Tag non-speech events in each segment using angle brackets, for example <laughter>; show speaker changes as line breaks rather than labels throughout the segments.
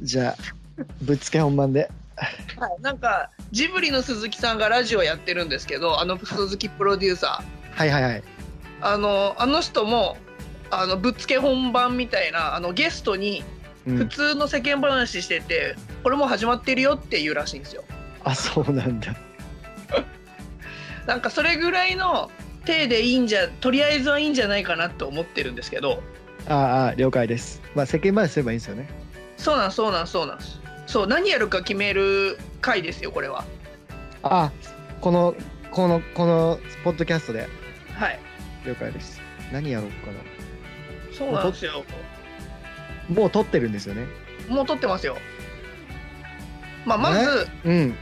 じゃあ、ぶっつけ本番で。
はい、なんかジブリの鈴木さんがラジオやってるんですけどあの鈴木プロデューサー
はいはいはい。
あのあの人もあのぶっつけ本番みたいなあのゲストに
う
普
ん、
通の世間話してて、これもう始まってるよっていうらしいんですよ
あ、そうなんだ。
なんかそれぐらいの手でいいんじゃとりあえずはいいんじゃないかなと思ってるんですけど
あああ、了解です。まあ、世間話すればいいんですよね。
そうなんそうなんそうなんですそう何やるか決める回ですよこれは
あ、この、この、この、ポッドキャストで。
はい
了解です。何やろうか
そうなんですよ
な。もう撮ってるんですよね。
もう撮ってますよまあまず、
うん。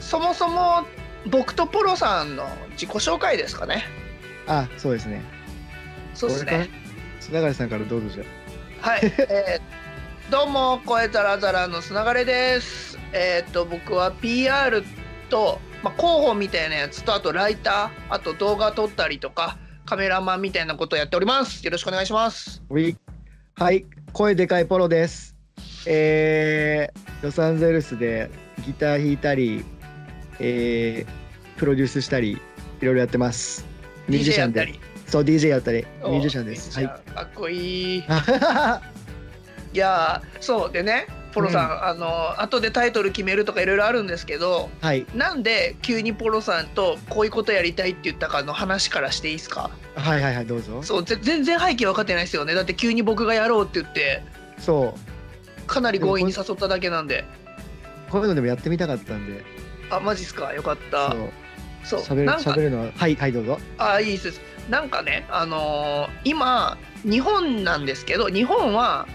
そもそも僕とポロさんの自己紹介ですかね。
あ、そうですね。
そうですね。
砂川さんからどうぞじゃ
はい。えーどうも声ザラザラのつながれです。えーっと僕は PR とまあ広報みたいなやつとあとライターあと動画撮ったりとかカメラマンみたいなことをやっております。よろしくお願いします。
あ。はい。はい。声でかいポロです。えー、ロサンゼルスでギター弾いたり、えー、プロデュースしたり、いろいろやってます。ミュージシャン
DJ や
で
っ。たり
そう、DJ やったり、ミュージシャンです。
ミ
は
ュージシャンかっこいい。
い。
いやーそうでね。ポロさん、あの後でタイトル決めるとかいろいろあるんですけど、
はい。 <laughs>
なんで急にポロさんとこういうことやりたいって言ったかの話からしていいですか
はいはいはい、どうぞ。
そうぜ全然背景分かってないですよねだって急に僕がやろうって言って
そう。
かなり強引に誘っただけなんで
こういうのでもやってみたかったんで、
あマジっすかよかっ
そ
た
う。
そう
喋る、
なんか
喋るのは、はい、はい、どうぞ。
あいいですなんかねあのー今日本なんですけど日本は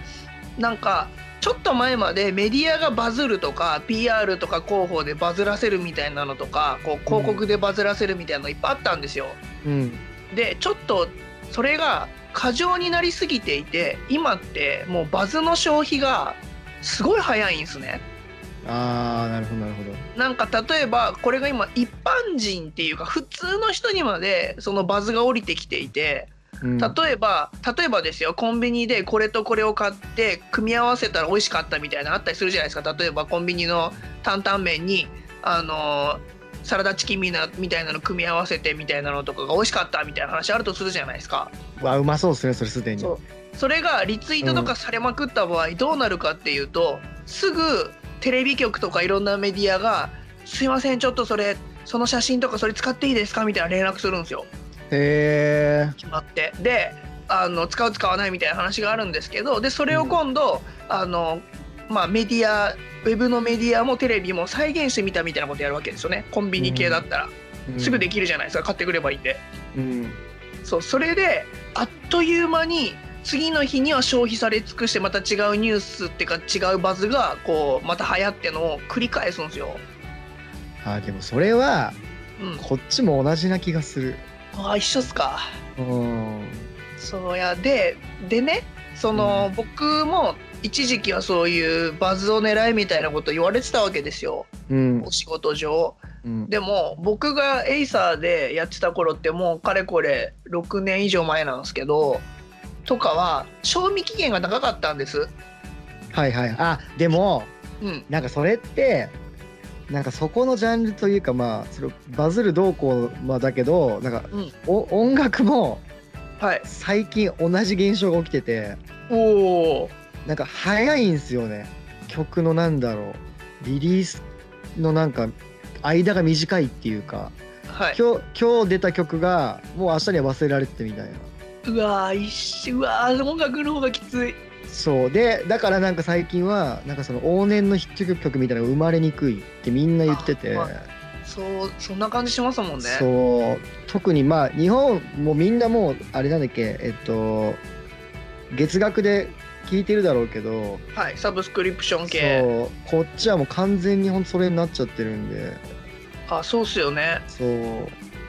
なんかちょっと前までメディアがバズるとか PR とか広報でバズらせるみたいなのとかこう広告でバズらせるみたいなのいっぱいあったんですよ、
うん。
でちょっとそれが過剰になりすぎていて今ってもうバズの消費がすごい早いんですね
あー、なるほど、なるほど。
なんか例えばこれが今一般人っていうか普通の人にまでそのバズが降りてきていて
うん、
例えば例えばですよコンビニでこれとこれを買って組み合わせたら美味しかったみたいなのあったりするじゃないですか例えばコンビニの担々麺にあのーサラダチキンみなみたいなの組み合わせてみたいなのとかが美味しかったみたいな話あるとするじゃないですか。
わ、うまそうですね、それすでに。
そうそれがリツイートとかされまくった場合どうなるかっていうと、すぐテレビ局とかいろんなメディアが「すいませんちょっとそれその写真とかそれ使っていいですか?」みたいな連絡するんですよ
へ
決まって。であの使う使わないみたいな話があるんですけどでそれを今度、あのまあ、メディアウェブのメディアもテレビも再現してみたみたいなことやるわけですよねコンビニ系だったら、
ー。
すぐできるじゃないですか買ってくればいいんで。
うん。
そうそれであっという間に次の日には消費され尽くしてまた違うニュースっていうか違うバズがこうまた流行ってのを繰り返すんですよ。
あー、でもそれは、
うん、
こっちも同じな気がする。
あ一緒っすか。
うん。
そうやででねその、
うん
僕も一時期はそういうバズを狙いみたいなこと言われてたわけですよ
うん
お。仕事上。
うん、
でも僕がエイサーでやってた頃ってもうかれこれ6年以上前なんですけどとかは賞味期限が長かったんです。
はいはい。あ、でも、
うん
なんかそれって、なんかそこのジャンルというかまあそれバズる動向はだけどなんか、
うん
お音楽も
はい。
最近同じ現象が起きてて
おお。
なんか早いんすよね曲のなんだろうリリースのなんか間が短いっていうか
はい。
今日今日出た曲がもう明日には忘れられててみたいな
うわー、一瞬、うわー、音楽の方がきつい。
そうでだからなんか最近はなんかその往年のヒット曲みたいなのが生まれにくいってみんな言ってて、
あまそう、そんな感じしますもんね。
そう特にまあ日本もうみんなもうあれなんだっけえっと月額で聴いてるだろうけど
はい、サブスクリプション系。
そうこっちはもう完全にほんとそれになっちゃってるんで
あ、そうっすよね。
そう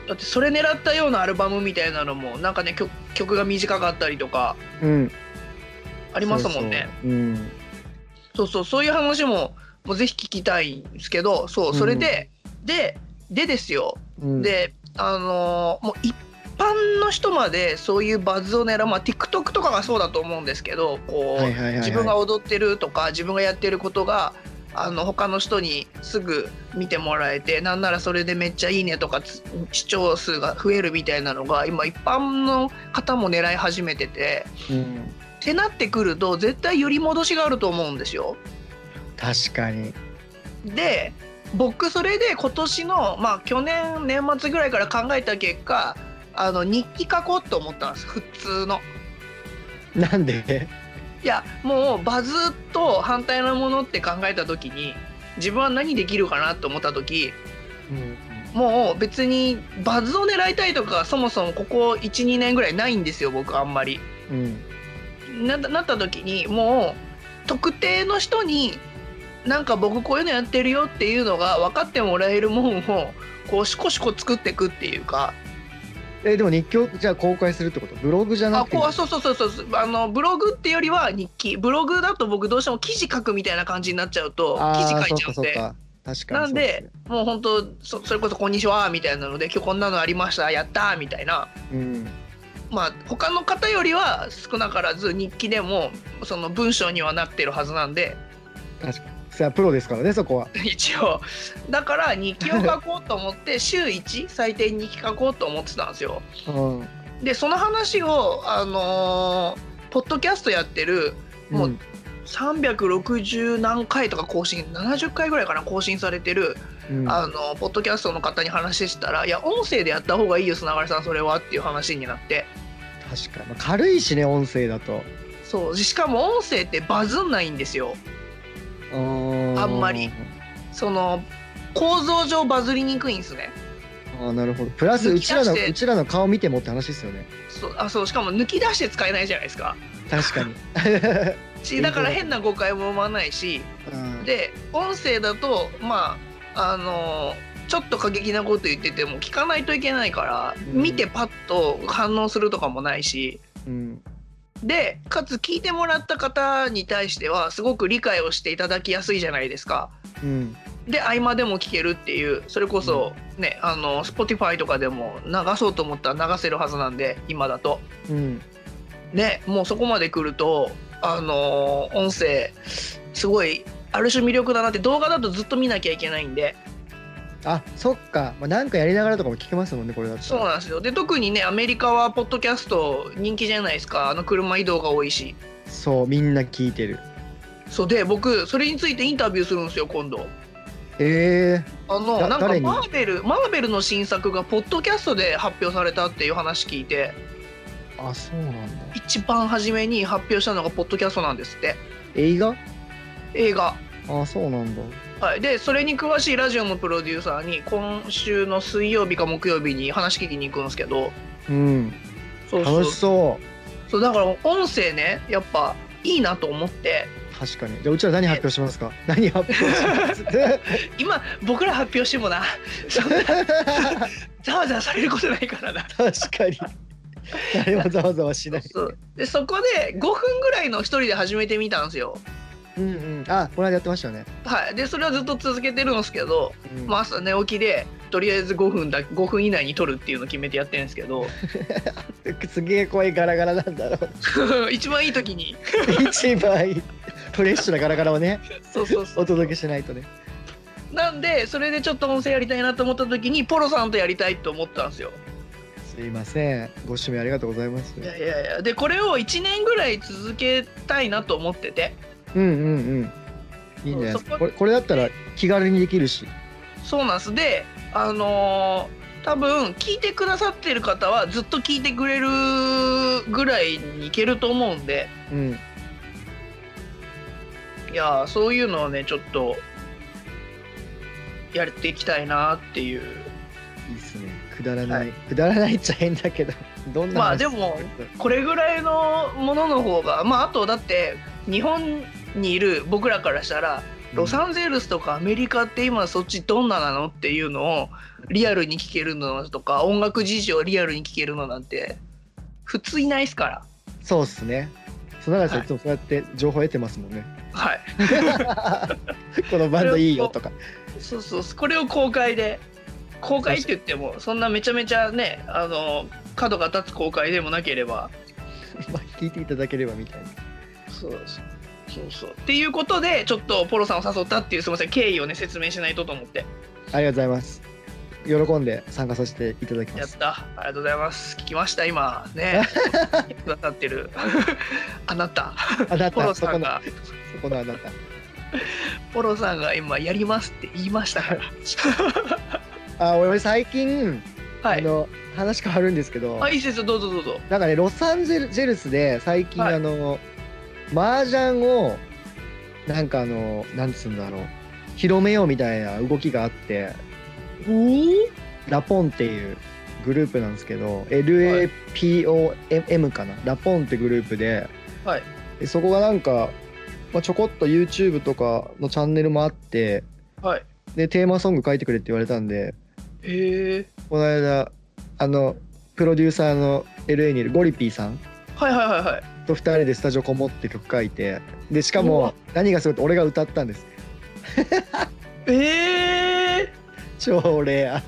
だって、それ狙ったようなアルバムみたいなのも、なんかね、曲、曲が短かったりとか。
うん、
ありますもんね。
そうそう。うん、
そうそう、そういう話も、もうぜひ聞きたいんですけど、そう、それで、で、でですよ。
うん、
で、あのーもう一般の人までそういうバズを狙う、まあ、TikTok とかがそうだと思うんですけどこう、
はいはいはいはい
自分が踊ってるとか自分がやってることがあの他の人にすぐ見てもらえてなんならそれでめっちゃいいねとかつ視聴数が増えるみたいなのが今一般の方も狙い始めてて
うん、
ってなってくると絶対揺り戻しがあると思うんですよ。
確かに
で僕それで今年のまあ去年年末ぐらいから考えた結果あの日記書こうと思ったんです普通の。
なんで
いやもうバズと反対のものって考えた時に自分は何できるかなと思った時
うん
もう別にバズを狙いたいとかそもそもここ12年ぐらいないんですよ僕あんまり。
うん
ななった時にもう特定の人になんか僕こういうのやってるよっていうのが分かってもらえるもんをこうしこしこ作っていくっていうか
えでも日記をじゃあ公開するってことブログじゃな
あ
くて
こうそうそうそうそうあのブログってよりは日記ブログだと僕どうしても記事書くみたいな感じになっちゃうと記
あー
事書いちゃう
そう
んで。
かそうか確かに
なんでもう本当そそれこそ「こんにちは」みたいなので「今日こんなのありましたやった」みたいな
そうですねうん
まあ他の方よりは少なからず日記でもその文章にはなってるはずなんで <laughs>
それはプロですからねそこは
一応だから日記を書こうと思って
<laughs>
週1最低日記書こうと思ってたんですよ
うん
でその話をあのーポッドキャストやってるもう360何回とか更新70回ぐらいかな更新されてる、
うん
あのポッドキャストの方に話したら「いや音声でやった方がいいよ砂原さんそれは」っていう話になって
確かにまあ軽いしね音声だと
そうしかも音声ってバズんないんですよ
あ
あんまりその構造上バズりにくいんですね
あーなるほどプラスうちらの
抜き出して
うちらの顔見てもって話ですよね
そうあそうしかも抜き出して使えないじゃないですか
確
<laughs>
かに、
しだから変な誤解も生まないし
うん、
で音声だとまああのちょっと過激なこと言ってても聞かないといけないから
うん
見てパッと反応するとかもないし
うん
でかつ聞いてもらった方に対してはすごく理解をしていただきやすいじゃないですか。
うん
で合間でも聞けるっていうそれこそね、あの Spotify とかでも流そうと思ったら流せるはずなんで今だと。
うん
ねもうそこまで来るとあのー音声すごいある種魅力だなって動画だとずっと見なきゃいけないんで
あそっか、まあ、なんかやりながらとかも聞けますもんねこれだと
そうなんですよで特にねアメリカはポッドキャスト人気じゃないですかあの車移動が多いし
そうみんな聞いてる
そうで僕それについてインタビューするんですよ今度
え
あの
だ
なんか
誰に
マーベルマーベルの新作がポッドキャストで発表されたっていう話聞いて
ー、あそうなんだ
一番初めに発表したのがポッドキャストなんですって
映画
映画
あそうなんだ
はい、でそれに詳しいラジオのプロデューサーに今週の水曜日か木曜日に話聞きに行くんですけど
うん
そうそう
楽しそ
そうだから音声ねやっぱいいなと思って
う確かにじゃあうちら何発表しますか何発表します
今僕ら発表してもな <laughs> そんなざわざわされることないから
<laughs>
な。
確かに誰もざわざわしない
そうでそこで5分ぐらいの一人で始めてみたんですよ。
うんうんあこの間やってましたよね、
はい、でそれはずっと続けてるんですけど、
うん
まあ、朝寝起きでとりあえず5分だ5分以内に撮るっていうのを決めてやってるんですけど <laughs>
すげえ声ガラガラなんだろう
一番いい時に
一番いいフレッシュなガラガラをね
そうそうそう
お届けしないとね
なんでそれでちょっと音声やりたいなと思った時にポロさんとやりたいと思ったんですよ。
すいませんご指名ありがとうございます
いやいやいやでこれを1年ぐらい続けたいなと思ってて
うんうんうんいいんじゃないです
そ
か
こ
これこれだったら気軽にできるし
そうなんですであのー多分聞いてくださってる方はずっと聞いてくれるぐらいにいけると思うんで
うん
いやーそういうのをねちょっとやっていきたいなっていう
いいっすねくだらない、
はい
くだらないっちゃ変だけどどんな話
まあでもこれぐらいのものの方がまああとだって日本にいる僕らからしたらロサンゼルスとかアメリカって今そっちどんななのっていうのをリアルに聞けるのとか音楽事情をリアルに聞けるのなんて普通いないですから
そうっすねその中で
はい
いつもそうやって情報得てますもんね、 <laughs>
はい
このバンドいいよとか
そうそうそうこれを公開で公開って言ってもそんなめちゃめちゃねあの角が立つ公開でもなければ
まあ聞いていただければみたいな。
そうそうそうそうっていうことでちょっとポロさんを誘ったっていうすみません経緯をね説明しないとと思って
ありがとうございます。喜んで参加させていただきま
やっ
す。
たありがとうございます聞きました今
<laughs>
ね聞いてくださってる <laughs> あなた
あな
ポロ
た、そ
さ
こ
ん
の、
が
そこのあなた。
ポロさんが今やりますって言いまし
<laughs>
たから
あ、俺最近、
はい
あの、話変わるんですけど、
あいいですよどうぞどうぞ
なんかね、ロサンゼルジェルスで最近、
はい
あの、麻雀を、なんかあの、なんつうんだろう、広めようみたいな動きがあって、
おお
ラポンっていうグループなんですけど LAPOM かな、ラポンってグループで
はい
でそこがなんか、まあ、ちょこっと YouTube とかのチャンネルもあって
はい
でテーマソング書いてくれって言われたんで
へえ
この間あのプロデューサーの LA にいるゴリピーさん
はいはいはいはい
と2人でスタジオこもって曲書いてでしか
う
も
わ
何がすごいって俺が歌ったんです
ええ
超レア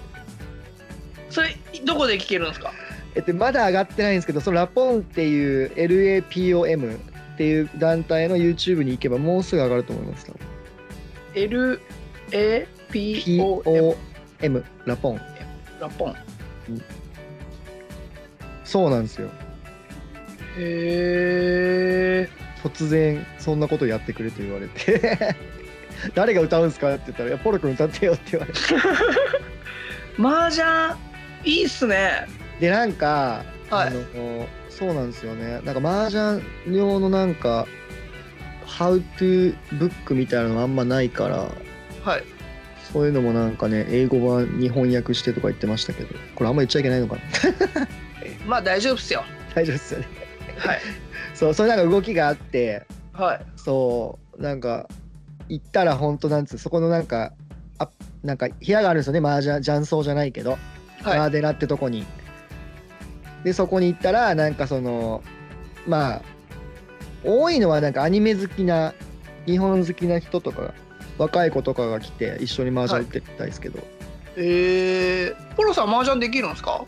それどこで聞けるんですか
えっと、まだ上がってないんですけどそのラポンっていう LAPOM っていう団体の YouTube に行けばもうすぐ上がると思います
LAPOM
POM ラポン
ラポンへ
そうなんですよ
え
突然そんなことやってくれと言われて <laughs> 誰が歌うんすかって言ったら「いやポロ君歌ってよ」って言われて
麻雀いいっすね
でなんか、
はい
あのそうなんですよねなんか麻雀用のなんか「How to ブック」みたいなのあんまないから
はい
そういうのもなんかね、英語版に翻訳してとか言ってましたけど、これあんま言っちゃいけないのかな
まあ大丈夫っすよ
大丈夫ですよね。 <laughs>
はい
そう、そういうなんか動きがあって、
はい
そう、なんか、行ったら本当なんつう、そこのなんか、あなんか部屋があるんですよね、麻雀、雀荘じゃないけど、
はい
ガーデラってとこに。で、そこに行ったら、なんかその、まあ、多いのはなんかアニメ好きな、日本好きな人とかが、若い子とかが来て、一緒に麻雀打ってみたいですけど、
えー、ポロさん麻雀できるんですか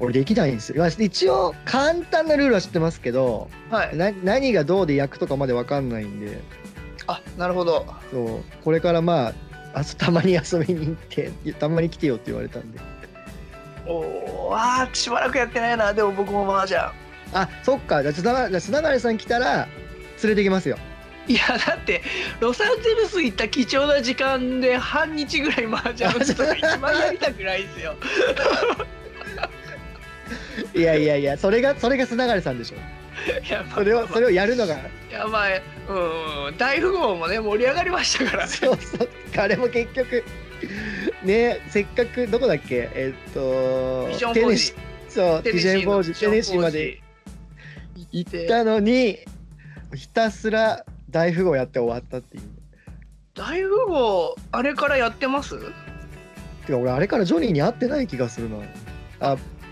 俺できないんですよまあ一応簡単なルールは知ってますけど
はい
な何がどうで焼くとかまで分かんないんで
あなるほど
そうこれからまああそたまに遊びに行っていやたまに来てよって言われたんで
おーあーしばらくやってないなでも僕も麻雀
あそっかじゃあ砂川じゃあ砂川さん来たら連れてきますよ
いやだってロサンゼルス行った貴重な時間で半日ぐらい麻雀打つとか一番やりたくないです
<laughs>
よ
いやいやいやそれがそれが砂川さんでしょ
いやまあ
それを
まあ
それをやるの <laughs> が
いやまあうんうん大富豪もね盛り上がりましたからね
そうそうあれも結局ねせっかくどこだっけえっと
ビジョン
テ
フォー
ネ
ジ
シそうティジェンボージテネシーまで行ったのにひたすら大富豪やって終わったっていう
大富豪あれからやってます
てか俺あれからジョニーに会ってない気がするな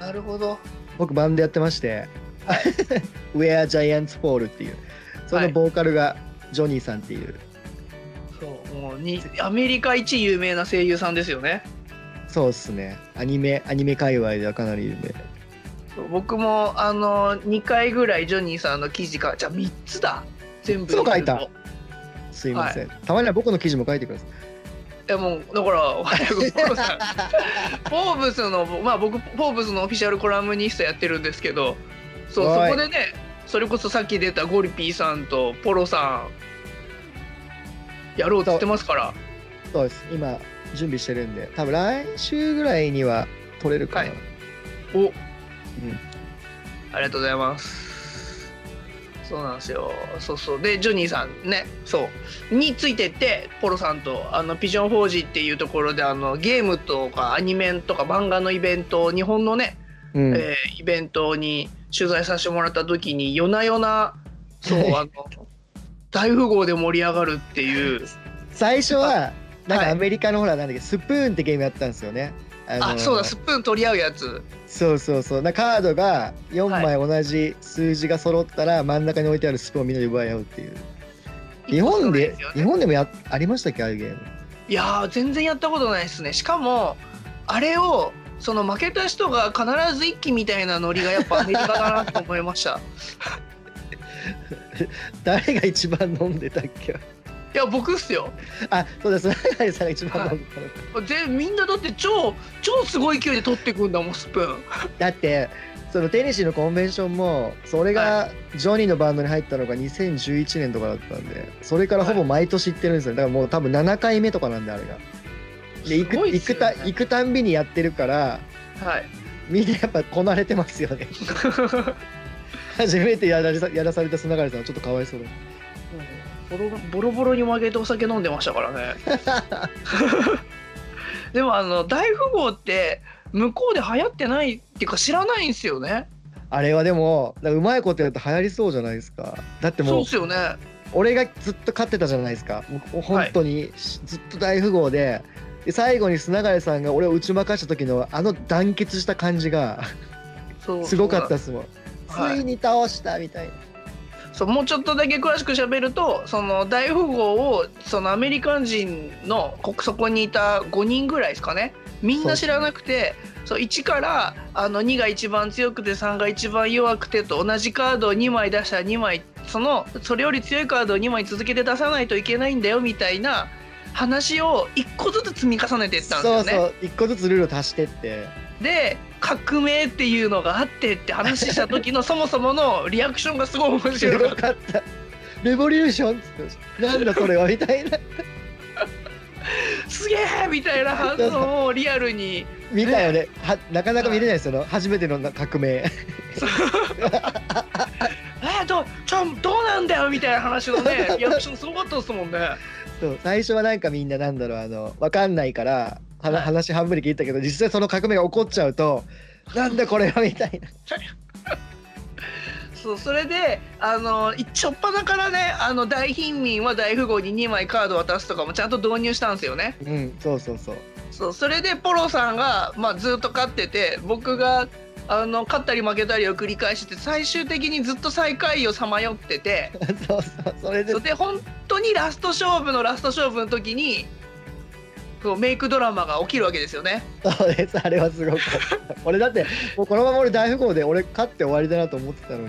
なるほど
僕バンドやってまして <laughs> 「Where Giants Fall」っていうそのボーカルがジョニーさんっていう、
そうもうにアメリカ一有名な声優さんですよね
そうっすねアニメアニメ界隈ではかなり有名
そう僕もあの2回ぐらいジョニーさんの記事かじゃあ3つだ全部
そう書いたすいません、たまには僕の記事も書いてください
いやもうだからフォーブさんフォーブスのまあ僕フォーブスのオフィシャルコラムニストやってるんですけどそう
はい
そこでねそれこそさっき出たゴリピーさんとポロさんやろうっつってますから
そうです今準備してるんで多分来週ぐらいには撮れるかな、
はいお
うん
ありがとうございます。そうなんですよ。そうそう。で、ジョニーさんね、そう。についてって、ポロさんと、あの、ピジョンフォージっていうところで、あの、ゲームとかアニメとか漫画のイベント、日本のね、
うん
えーイベントに取材させてもらった時に、夜な夜な、
<laughs>
そう、あの、大富豪で盛り上がるっていう。
最初はなん
は
か
い
アメリカのほらなんだっけスプーンってゲームやったんですよね。あの
あ、そうだ、スプーン取り合うやつ。
そうそうそうなカードが4枚同じ数字が揃ったら真ん中に置いてあるスプーンをみんなで奪い合うっていう日本で
一個しかないすよね
日本でもやありましたっけああいうゲーム
いやー全然やったことないですねしかもあれをその負けた人が必ず一気みたいなノリがやっぱアメリカだなと思いました
<laughs>
<laughs>
誰が一番飲んでたっけ <laughs>
いや僕っすよ
あそうです永井さんが一番飲んでたのか
でみんなだって超超すごい勢いで取ってくんだもんスプーン
だってそのテネシーのコンベンションもそれがジョニーのバンドに入ったのが2011年とかだったんでそれからほぼ毎年行ってるんですよだからもう多分7回目とかなんであれがで行
すご
く
いっ
行
す
く
よね
た行くたんびにやってるから
<laughs> はい
みんなやっぱこなれてますよね初めてやられさやらされた砂川さんはちょっとかわいそうだ
ボロボロボロに負けてお酒飲んでましたからね <laughs> でもあの大富豪って向こうで流行ってないっていうか知らないんですよね
あれはでもなんかうまいことやると流行りそうじゃないですかだって
そう
も
っ
う
すよね
俺がずっと勝ってたじゃないですかもう本当にしずっと大富豪でで最後に砂川さんが俺を打ち負かした時のあの団結した感じが
そう
すごかったっすもん
そうだ
ついに倒したみたいな、
そうもうちょっとだけ詳しく喋るとその大富豪をそのアメリカ人のこそこにいた5人ぐらいですかねみんな知らなくてそう1からあの2が一番強くて3が一番弱くてと同じカードを2枚出したら2枚そのそれより強いカードを2枚続けて出さないといけないんだよみたいな話を1個ずつ積み重ねていったんです
そ
よ
う
ね。
そう一個ずつルールを足してって
で革命っていうのがあってって話した時のそもそものリアクションがすごい面白
す
かっ
ご
た
かったレボリューションっつってましたなんだそれはみたいな
すげえみたいな反応をリアルに
見たよねはなかなか見れないですよね初めての革命
「えー、どちょどうなんだよ」みたいな話のねリアクションすごかったですもんね。
そう最初はなんかみんななんだろうあの分かんないからはな
はい
話半分で聞いたけど実際その革命が起こっちゃうと
<laughs>
なんだこれはみたいな
そうそれであの一ょっぱなからねあの大貧民は大富豪に2枚カード渡すとかもちゃんと導入したんですよね。
うんそうそうそう
そうそれでポロさんが、まあ、ずっと勝ってて僕があの勝ったり負けたりを繰り返してて最終的にずっと最下位をさまよってて。
そうそうそれで
そうで本当にラスト勝負のラスト勝負の時にこうメイクドラマが起きるわけですよね。
そうですあれはすごく俺だってもうこのまま俺大富豪で俺勝って終わりだなと思ってたの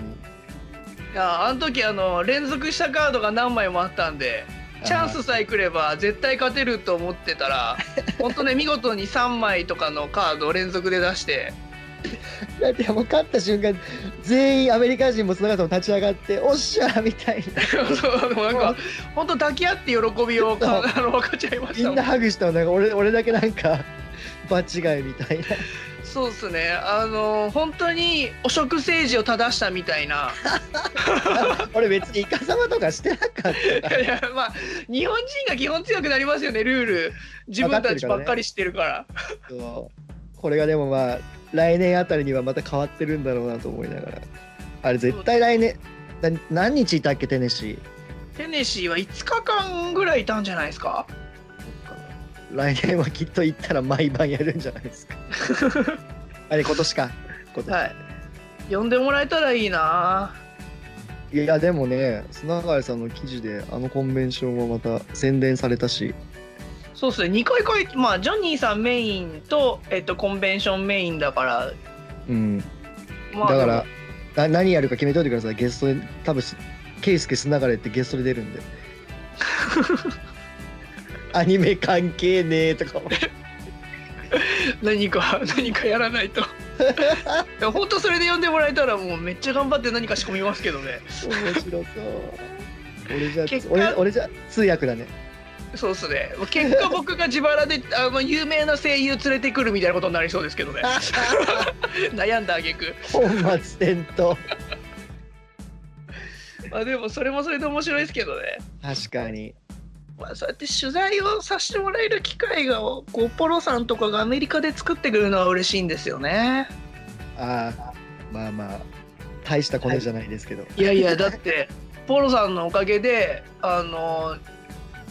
に
いやあの時あの連続したカードが何枚もあったんでチャンスさえくれば絶対勝てると思ってた <laughs> ら本当ね見事に3枚とかのカードを連続で出して <laughs>
だってもう勝った瞬間全員アメリカ人も砂川さんも立ち上がって「おっしゃ!」みたい
<laughs>
な
そうなんか本当抱き合って喜びを
そう
かあの分かち合いまし
み
たも
ん
ん
なハグしたのなんか俺俺だけなんか場違いみたいな
<laughs> そうですねあの本当に汚職政治を正したみたい <laughs> な。
俺別にイカサマとかしてなかった
いやいやまあ日本人が基本強くなりますよねルール自分たちばっかり知ってるから
けどこれがでもまあ来年あたりにはまた変わってるんだろうなと思いながらあれ絶対来年な何日いたっけテネシ
テネシーは5日間ぐらいいたんじゃないですか
ー来年はきっと行ったら毎晩やるんじゃないですか
<laughs>
あれ今年か今年
はい呼んでもらえたらいいない
やでもね砂川さんの記事であのコンベンションはまた宣伝されたし
そうですね2回書いてまあジョニーさんメインと、えっと、コンベンションメインだから
うん
まあ
だか
で
ら
も
な何やるか決めといてくださいゲストで多分ケイスケすながれってゲストで出るん
<laughs>
でアニメ関係ねえとか思って
何か何かやらな
<laughs>
いといや本当それで呼んでもらえたらもうめっちゃ頑張って何か仕込みますけどね
面白そう俺じゃ
結果
俺俺じゃ通訳だね
そうですね結果僕が自腹で <laughs> あの有名な声優連れてくるみたいなことになりそうですけどね悩んだ挙句
本末転倒
まあでもそれもそれで面白いですけどね、
確かに
まあ、そうやって取材をさせてもらえる機会がこうポロさんとかがアメリカで作ってくれるのは嬉しいんですよね
ああまあまあ大したコネじゃないですけど、
いやいやだって <laughs> ポロさんのおかげであの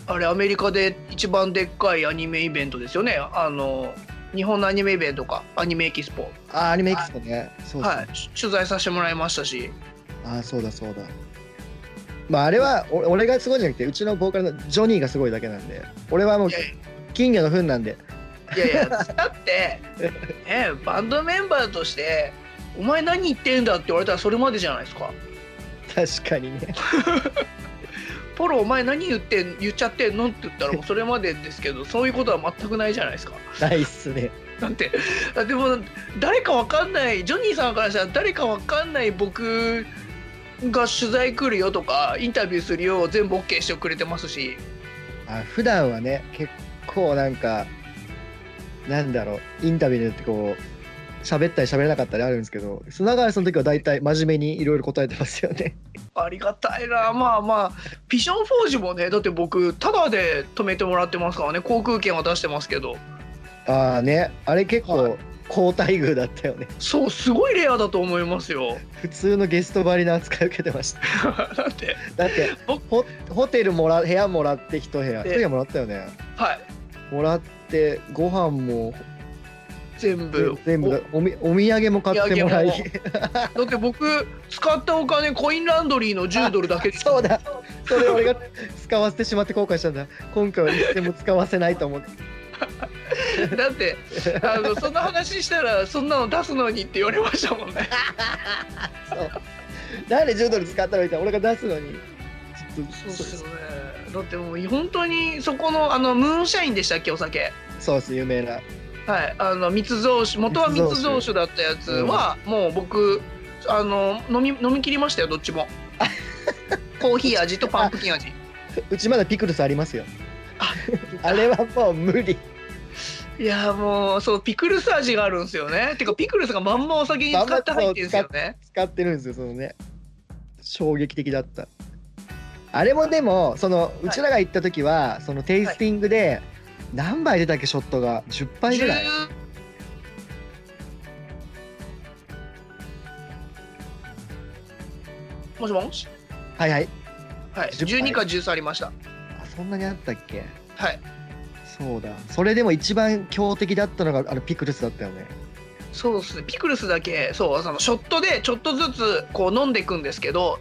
あれアメリカで一番でっかいアニメイベントですよねあの日本のアニメイベントかアニメエキスポ、
ああアニメエキスポねそうそう、
はい、取材させてもらいましたし
ああそうだそうだまああれはお俺がすごいんじゃなくてうちのボーカルのジョニーがすごいだけなんで俺はもう
いやいや
金魚の糞なんで
いやい <laughs> やだって、ね、バンドメンバーとして「お前何言ってんだ」って言われたらそれまでじゃないですか。
確かにね
ポロお前何言ってん言っちゃってんのって言ったらもうそれまでですけどそういうことは全くないじゃないですか
ないっすね
だってだってもう誰かわかんないジョニーさんからしたら誰かわかんない僕が取材来るよとかインタビューするよを全部 OK してくれてますし
あ普段はね結構なんかなんだろうインタビューによってこう喋ったり喋れなかったりあるんですけど砂川さんの時は大体真面目にいろいろ答えてますよね
ありがたいなまあまあピションフォージュもねだって僕タダで止めてもらってますからね航空券は出してますけど
<laughs> ああねあれ結
は
構好待遇だったよね
そうすごいレアだと思いますよ
普通のゲストばりの扱い受けてま <laughs> した
だって
だって
僕
ホホテルもら部屋もらって一部屋
で
一部屋もらったよね
はい
もらってご飯も
全部
全部おみお土産も買ってもら
お土
い
だって僕使ったお金コインランドリーの10ドルだけで
そうだそれ俺が使わせてしまって後悔したんだ今回は一銭も使わせないと思って
だってあのそんな話したらそんなの出すのにって言われましたもん <laughs> ね
そうなんで10ドル使ったのみたいな俺が出すのにちょっと
そうですよねだってもう本当にそこのあのムーンシャインでしたっけお酒
そうです有名な
はいあの密造酒元は密造酒だったやつはもう僕あの飲み飲み切りましたよどっち <laughs> もコーヒー味とパンプキン味
うちまだピクルスありますよ
あ
あれはもう無理
いやもうそうピクルス味があるんですよねてかピクルスがまんまお酒に使って入ってるんですよね
使ってるんですよそのね衝撃的だったあれもでもそのうちらが行った時は、そのテイスティングで何杯出たっけショットが10杯ぐらい
10もしもし
はいはい
はい、
10
12か13ありました。
あそんなにあったっけ
はい、
そうだそれでも一番強敵だったのがあのピクルスだったよね
そうですね。ピクルスだけ、そう、そのショットでちょっとずつこう飲んでいくんですけど、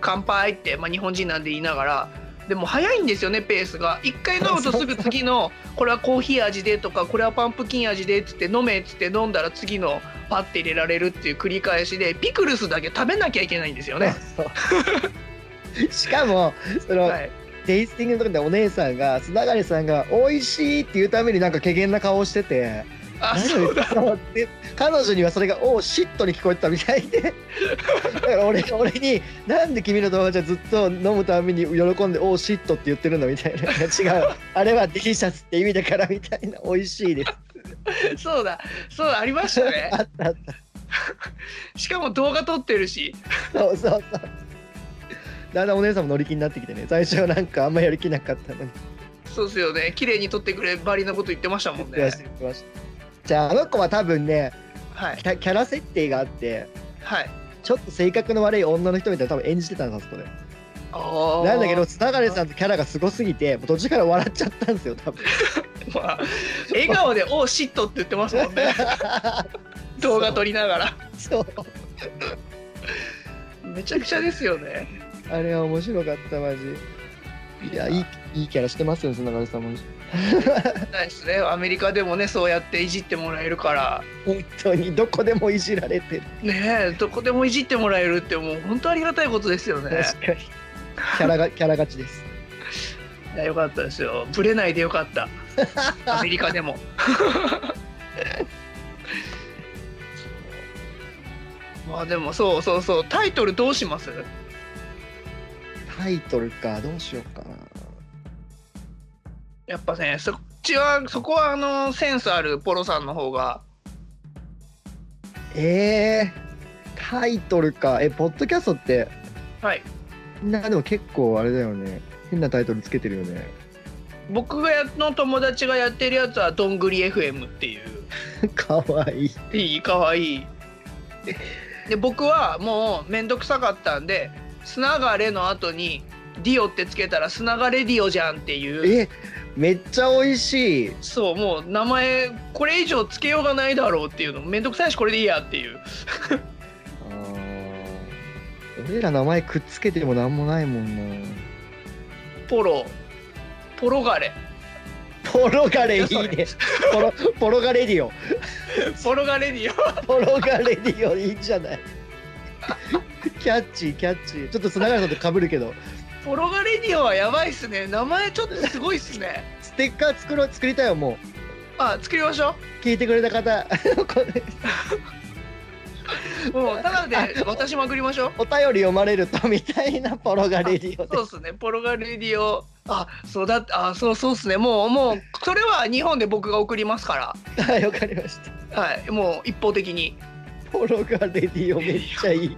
乾杯ってまあ日本人なんで言いながら、でも早いんですよねペースが。一回飲むとすぐ次
<laughs>
のこれはコーヒー味でとか、これはパンプキン味でっつって飲めっつって飲んだら次のパッて入れられるっていう繰り返しで、ピクルスだけ食べなきゃいけないんですよね。
そう <laughs> しかもその、
はい。
テイスティングの時でお姉さんが須永さんが「美味しい」って言うためになんか怪げな顔をしてて
あ、
何
そうだ。
を言ってんのって <laughs> 彼女にはそれが「おうシット」に聞こえてたみたい
<laughs>
でだから俺俺に「なんで君の友達はずっと飲むために喜んで「おうシット」って言ってるんだみたいな「いや違
<laughs>
うあれはデリシャスって意味だから」みたいな「美味しい」です。
そうだ。そうありましたね
<laughs> あったあっ
しかも動画撮ってるし。
たそうそうそうだんだんお姉さんも乗り気になってきてね最初はなんかあんまやる気なかったのに
そうですよね。綺麗に撮ってくればりのこと言ってましたも
言っ
ん
てま
ね
し。た言ってましたじゃああの子は多分ね
はい
キャキャラ設定があって
はい。
ちょっと性格の悪い女の人みたいなの多分演じてたんですそこで
あー
なんだけど、津流さんとキャラがすごすぎて、もう途中から笑っちゃったんですよ、多分。
まあ、笑顔で「おうシット」って言ってますも
<laughs>
んね動画撮りながら
そう。
めちゃくちゃですよね
あれは面白かった、マジ。いや、いい、いいキャラしてますよね、津流さんも。
ないですねアメリカでもねそうやっていじってもらえるから
本当に、どこでもいじられてる。
ねえどこでもいじってもらえるってもう本当ありがたいことですよね
確かに。キャラが、キャラ勝ちです。
いやよかったですよブレないでよかった <laughs> アメリカで <laughs> もまあでもそうそうそうタイトルどうします
タイトルか、どうしようかな。
やっぱねそっちはそこはあのセンスあるポロさんの方が
ええタイトルか、え、ポッドキャストって、
はい
みんなでも結構あれだよね。変なタイトルつけてるよね。 <laughs>
僕がやの友達がやってるやつはどんぐり FM っていう
かわいい。
いいかわい <laughs> いで僕はもうめんどくさかったんで「砂がれ」の後に「ディオ」ってつけたら「砂がれディオじゃん」っていう
え、めっちゃ美味しい。
そうもう名前これ以上つけようがないだろうっていうのめんどくさいしこれでいいやっていう
あー俺ら名前くっつけてもなんもないもんな
ポロポロガレ
ポロガレいいね。ポロポロガレディオ。
ポロガレディオ
ポロガレディオいいんじゃない。キャッチーキャッチー。ちょっと砂原さんと被るけど、
ポロガレディオはやばいっすね名前ちょっとすごいっすね
ステッカー作ろう作りたいよも
あ作りましょ
う。聞いてくれた方、 <laughs> これ
うもうただで渡しまくりましょう
お便り読まれるとみたいなポロガレディオで
そうっすねポロガレディオあそうだあそうそうっすねもうもうそれは日本で僕が送りますか
はい、わかりました。
らはいもう一方的に
ポロがレディオめっちゃいい。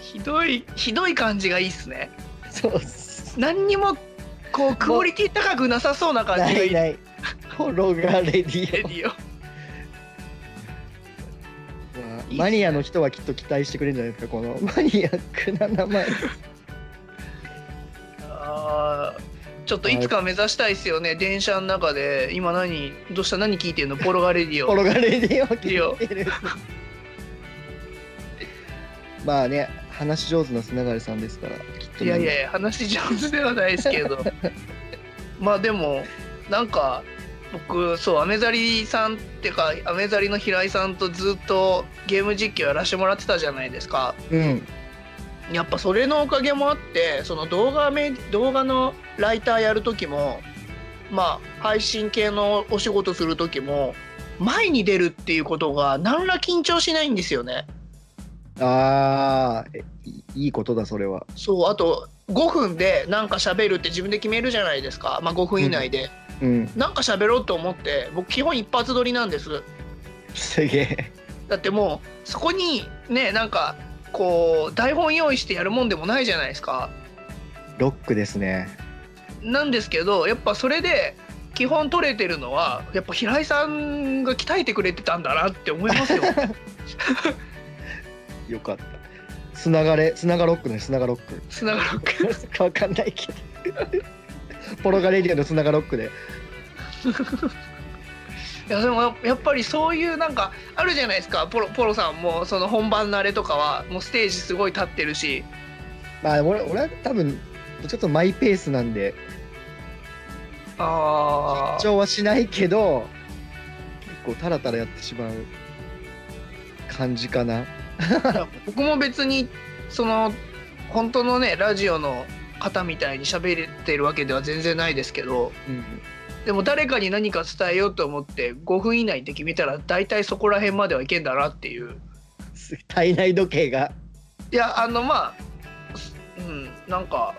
ひどいひどい感じがいいっすね
そうっす。
何にもこうクオリティ高くなさそうな感じが
ない
い
いない。ポロがレデ
レ
ィ
ディオ
オ。まあマニアの人はきっと期待してくれるんじゃないですか、このマニアックな名前。
あーちょっといつか目指したいっすよね、電車の中で今何どうした何聞いてんのポロガレディ
ポ
オ
ロがレディオ聞いてる。 <laughs> まあね、話し上手な砂川さんですから、きっと、ね、
いやいやいや話上手ではないですけどまあでもなんか僕そうアメザリさんってかアメザリの平井さんとずっとゲーム実況やらしてもらってたじゃないですか
うん。
やっぱそれのおかげもあってその動画め動画のライターやる時もまあ配信系のお仕事する時も前に出るっていうことが何ら緊張しないんですよね。
ああ、えいいいことだ、それは。
そうあと5分でなんか喋るって自分で決めるじゃないですか、まあ、5分以内で、
うん。
なんか喋ろうと思って僕基本一発撮りなんです
すげえ。
だってもうそこにねなんかこう台本用意してやるもんでもないじゃないですか
ロックですね。
なんですけどやっぱそれで基本取れてるのはやっぱ平井さんが鍛えてくれてたんだなって思います
<laughs>
よ
よかった。砂がれ、砂がロックね、砂がロック。
砂がロック
<laughs> わかんないけど。ポロガレディアの砂がロックで。
いやでもややっぱりそういうなんかあるじゃないですかポロポロさんもその本番のあれとかはもうステージすごい立ってるし
まあ、俺、俺は多分、ちょっとマイペースなんで、
あ
緊
ー
張はしないけど、結構タラタラやってしまう感じかな。
僕も別にその本当のねラジオの方みたいに喋れてるわけでは全然ないですけど
うん。
でも誰かに何か伝えようと思って5分以内って決めたら大体そこら辺まではいけんだなっていう
体内時計が。
いやあのまあうんなんか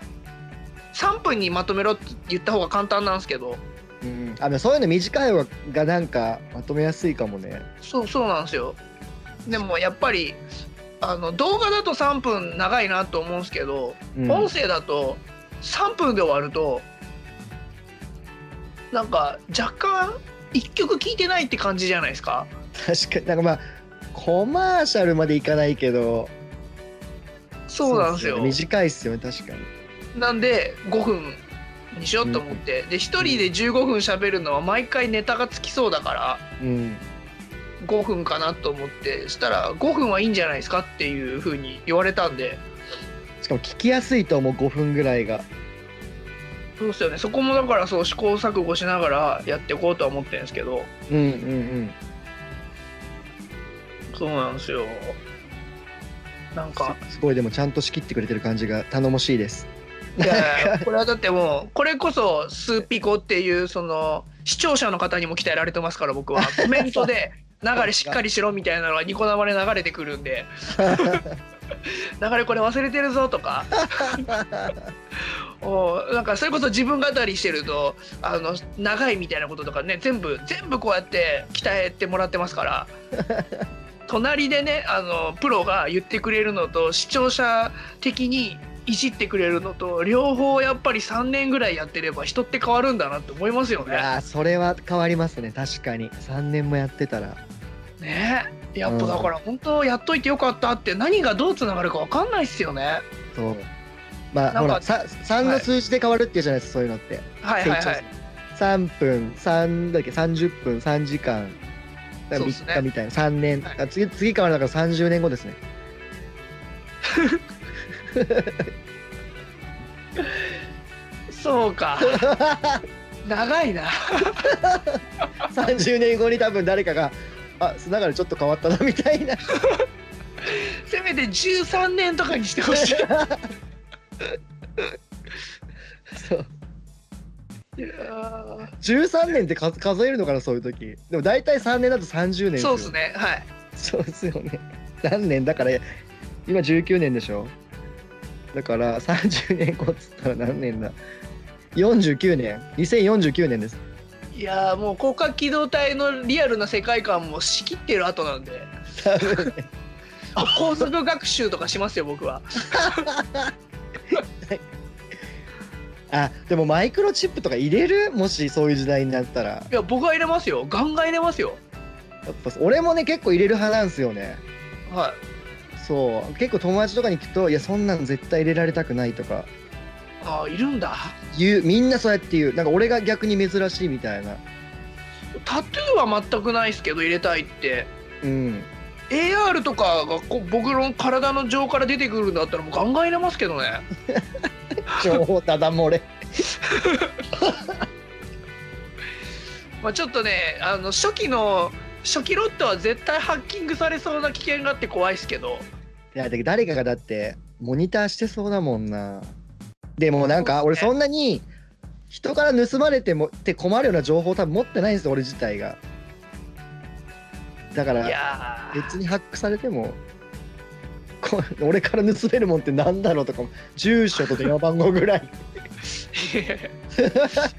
3分にまとめろって言った方が簡単なんですけど
うん。あ、でもそういうの短い方がなんかまとめやすいかもね。
そうそうなんですよでもやっぱりあの動画だと3分長いなと思うんですけど、
うん、
音声だと3分で終わるとなんか若干1曲聴いてないって感じじゃないですか
確かに、なんかまあ、コマーシャルまでいかないけど、
そうなんですよ
そうっ短いっすよね、確かに。
なんで5分にしようと思って、で1人で15分喋るのは毎回ネタがつきそうだから
うん。
5分かなと思ってしたら5分はいいんじゃないですかっていうふうに言われたんで
しかも聞きやすいと思う5分ぐらいが
そうですよねそこもだからそう試行錯誤しながらやっていこうとは思ってるんですけど
うんうんうん
そうなんですよなんか
すごいでもちゃんと仕切ってくれてる感じが頼もしいです
いやいやこれはだってもうこれこそスーピコっていうその視聴者の方にも鍛えられてますから僕はコメントで流れしっかりしろみたいなのがニコ生で流れてくるんで流れこれ忘れてるぞとかおうなんかそれこそ自分語りしてるとあの長いみたいなこととかね全部全部こうやって鍛えてもらってますから隣でねあのプロが言ってくれるのと視聴者的にいじってくれるのと両方やっぱり3年ぐらいやってれば人って変わるんだなって思いますよ
い
ね。
やーそれは変わりますね確かに3年もやってたら
ねやっぱだから本当やっといてよかったって何がどうつながるか分かんないっすよね。
そうま
な
あ
ん
ほ
から
さ3の数字で変わるっていうじゃないですか、そういうのって
はいはいはい。
3分3だっけ30分3時間だ
そう
から
っすね
3日みたいな、3年、
はい
あ次次変わるだから30年後
<laughs>
ですね
そうか長いな
30年後に多分誰かがあ砂原ちょっと変わったなみたいな <laughs>
せめて13年とかにしてほしい
そう
いやー
13年って数数えるのかなそういう時でも大体3年だと30年
そうです
ね
ねはい
そうっすよね何年だから今19年でしょだから30年後っつったら何年だ49年2049年です
いやーもう高架機動隊のリアルな世界観も仕切ってる後なんで
多分ね
高速学習とかしますよ僕は
あでもマイクロチップとか入れるもしそういう時代になったら
いや僕は入れますよガンガン入れますよ
やっぱ俺もね結構入れる派なんですよね
はい
そう結構友達とかに聞くと「いやそんなん絶対入れられたくない」とか
ああいるんだ
言うみんなそうやって言うなんか俺が逆に珍しいみたいな
タトゥーは全くないですけど入れたいって
うん
<laughs> AR とかがこう僕の体の上から出てくるんだったらもうガンガン入れますけどね
情報ただ漏れ
まあ、ちょっとねあの初期の初期ロットは絶対ハッキングされそうな危険があって怖いですけど
いやだけど誰かがだってモニターしてそうだもんなでもなんか
そう
俺
ですね
そんなに人から盗まれてもって困るような情報多分持ってないんですよ俺自体がだか
い
ら
やー
別にハックされてもこ俺から盗めるもんってなんだろうとかも住所と電話番号ぐ
<laughs>
らい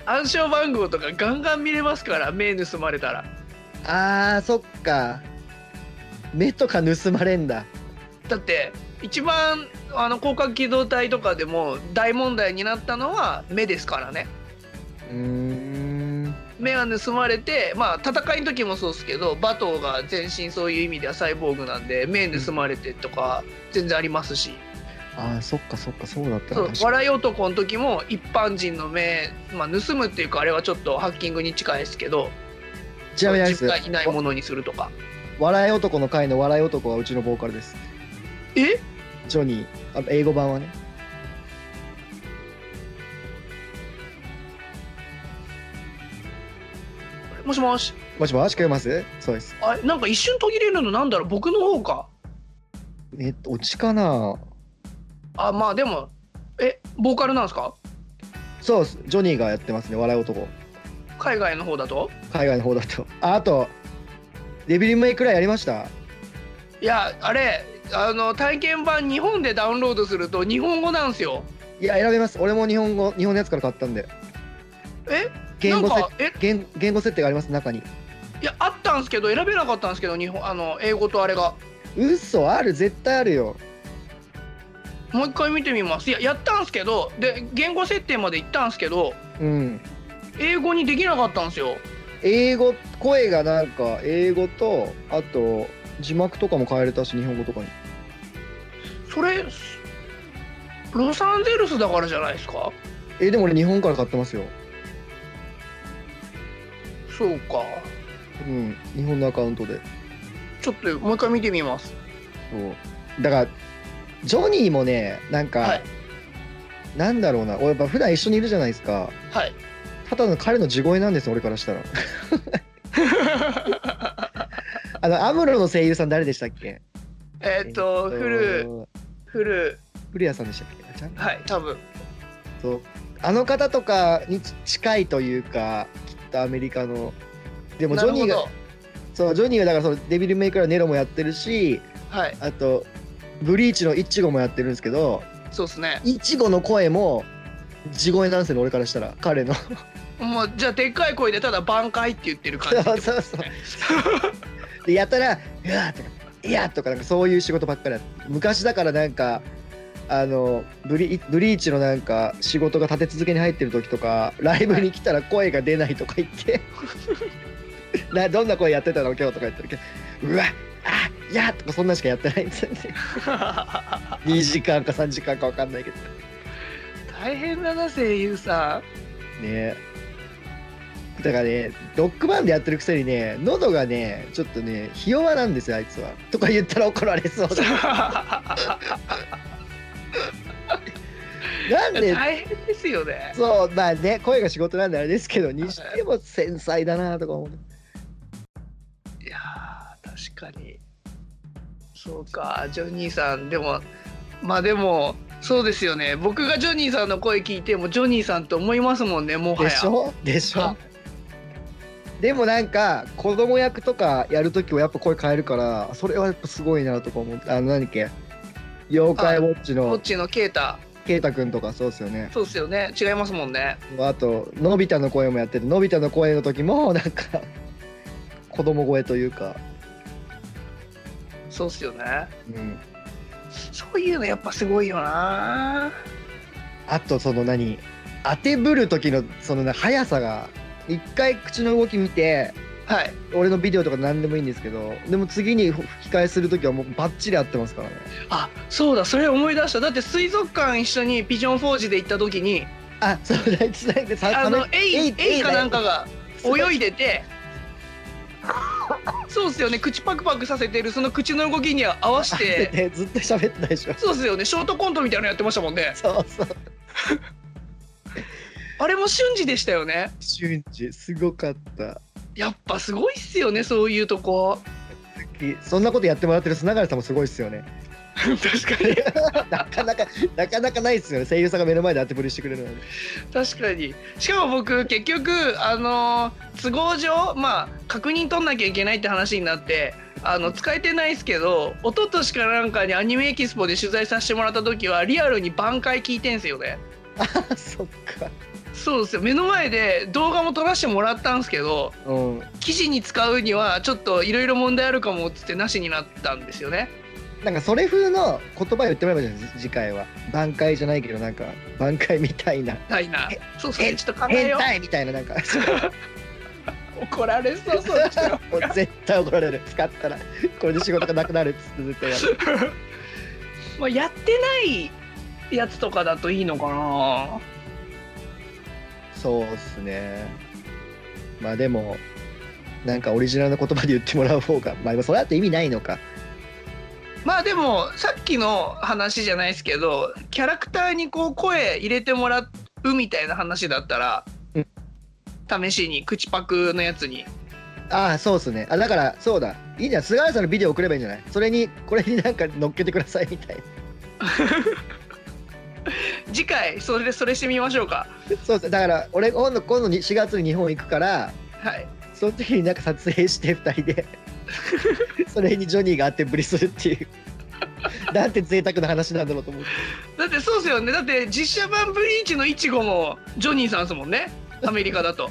暗証番号とかガンガン見れますから目盗まれたら
あーそっか目とか盗まれんだ
だって一番あの広角機動隊とかでも大問題になったのは目ですからね
うーん
目は盗まれてまあ戦いの時もそうですけどバトーが全身そういう意味ではサイボーグなんで目盗まれてとか全然ありますし、
あーそっかそっかそうだったな
そう
確か
笑い男の時も一般人の目、まあ、盗むっていうかあれはちょっとハッキングに近いですけど
ちなみにあれで
自
す
分がいないものにするとか
笑い男の会の笑い男はうちのボーカルです
え
ジョニーあ英語版はね
もしもし
もしもし聞こえますそうです
あれなんか一瞬途切れるのなんだろう僕の方か
えっとオチかな
あまあでもえボーカルなんですか
そうですジョニーがやってますね笑い男
海外の方だと
海外の方だとああとデビルメイクライやりました
いやあれあの体験版日本でダウンロードすると日本語なんですよ
いや選べます俺も日本語日本のやつから買ったんで
え
言語
なん
設
かえ
言言語設定があります中に
いやあったんですけど選べなかったんですけど日本あの英語とあれが
嘘ある絶対あるよ
もう一回見てみますいややったんですけどで言語設定まで行ったんですけど
うん
英語にできなかったんですよ
英語声がなんか英語とあと字幕とかも変えれたし日本語とかに
それすロサンゼルスだからじゃないですか
えでも俺日本から買ってますよ
そうか
うん日本のアカウントで
ちょっともう一回見てみます
そうだからジョニーもねなんか、
はい
なんだろうな俺やっぱ普段一緒にいるじゃないですか
はい
ただの彼の地声なんですよ俺からしたら <laughs>
<laughs>
あのアムロの声優さん誰でしたっけ
えーっとフルフル
古谷さんでしたっけちゃん
はい多分
とあの方とかに近いというかきっとアメリカのでもジョニー
な
が
る
そうジョニーはだからそのデビルメイクラーネロもやってるし
ほどはい
あとブリーチのイチゴもやってるんですけど
そうですね
イチゴの声も地声なんですよね俺からしたら彼の
もうじゃあでっかい声でただ挽回って言ってる感じ
<laughs> そうそうそうでやたら「うわ」とか「いや」とかなんかそういう仕事ばっかりやって昔だからなんかあのブリブリーチのなんか仕事が立て続けに入ってる時とかライブに来たら声が出ないとか言って「などんな声やってたの今日」とか言ってるけど「うわあいや」とかそんなんしかやってないんですよね2時間か3時間か分かんないけどね
<laughs> 大変だな声優さ <laughs>
えだからねロックバンドやってるくせにね喉がねちょっとねひ弱なんですよあいつはとか言ったら怒られそうだ
ん
なんで
大変ですよね。
そうまあね声が仕事なんであれですけどにしても繊細だなとか思う
いやー確かにそうかジョニーさんでもまあでもそうですよね僕がジョニーさんの声聞いてもジョニーさんと思いますもんねもはや
でしょでし
は
ょでもなんか子供役とかやるときはやっぱ声変えるからそれはやっぱすごいなとか思うあの何だっけ妖怪ウォッチ
こ
の
っちのケータ
圭太君とかそうですよね
そうですよね違いますもんね
あとのび太の声もやっててのび太の声の時も <laughs> なんか子供声というか、
そうっすよね
うん、
そういうのやっぱすごいよな
あとその何当てぶる時のそのね速さが一回口の動き見て
はい
俺のビデオとか何でもいいんですけどでも次に吹き替えする時はもうバッチリ合ってますからね
あそうだそれ思い出しただって水族館一緒にピジョンフォージで行った時に
あそうだいつないでさ
あのエ
え
イ
い
エイかなんかが
い
泳いでてそうっすよね口パクパクさせてるその口の動きに合わせ
て
て
て <laughs> ずっと喋ってたでしょ
そうっすよねショートコントみたいなのやってましたもんね
そうそう
あれも瞬時でしたよね
瞬時すごかった
やっぱすごいっすよねそういうとこ <laughs>
そんなことやってもらってる砂原さんもすごいっすよね
確かに
なかなかなかなかないっすよね声優さんが目の前で当てぶりしてくれるのに <laughs>
確かにしかも僕結局あの都合上まあ確認取んなきゃいけないって話になってあの使えてないですけど一昨年かなんかにアニメエキスポで取材させてもらった時はリアルに挽回聞いてんすよね
あそっか
そうですよ目の前で動画も撮らせてもらったんですけど
うん
記事に使うにはちょっといろいろ問題あるかもっつってなしになったんですよね
なんかそれ風の言葉を言ってもらえばいいじゃん次回は挽回じゃないけどなんか挽回みたいな
ないな
え
そうそう
え
ちょっと考え
変
よ
態みたいななんか
う怒られそうそうちょっ
もう絶対怒られる使ったらこれで仕事がなくなるっつって絶対やる
と <laughs> まあやってないやつとかだといいのかな
そうっすねまあでもなんかオリジナルの言葉で言ってもらう方がまあそれだと意味ないのか
まあでもさっきの話じゃないですけどキャラクターにこう声入れてもらうみたいな話だったら、
うん
試しに口パクのやつに
ああそうっすねあだからそうだいいじゃん菅原さんのビデオ送ればいいんじゃないそれにこれになんか乗っけてくださいみたいな
次回それでそれしてみましょうか
そうっすだから俺今度今度に4月に日本行くから
はい
その時になんか撮影して2人
<laughs>
でそれにジョニーが当てぶりするっていうなんて贅沢な話なんだろうと思って
だってそうですよねだって実写版ブリーチのいちごもジョニーさんですもんねアメリカだと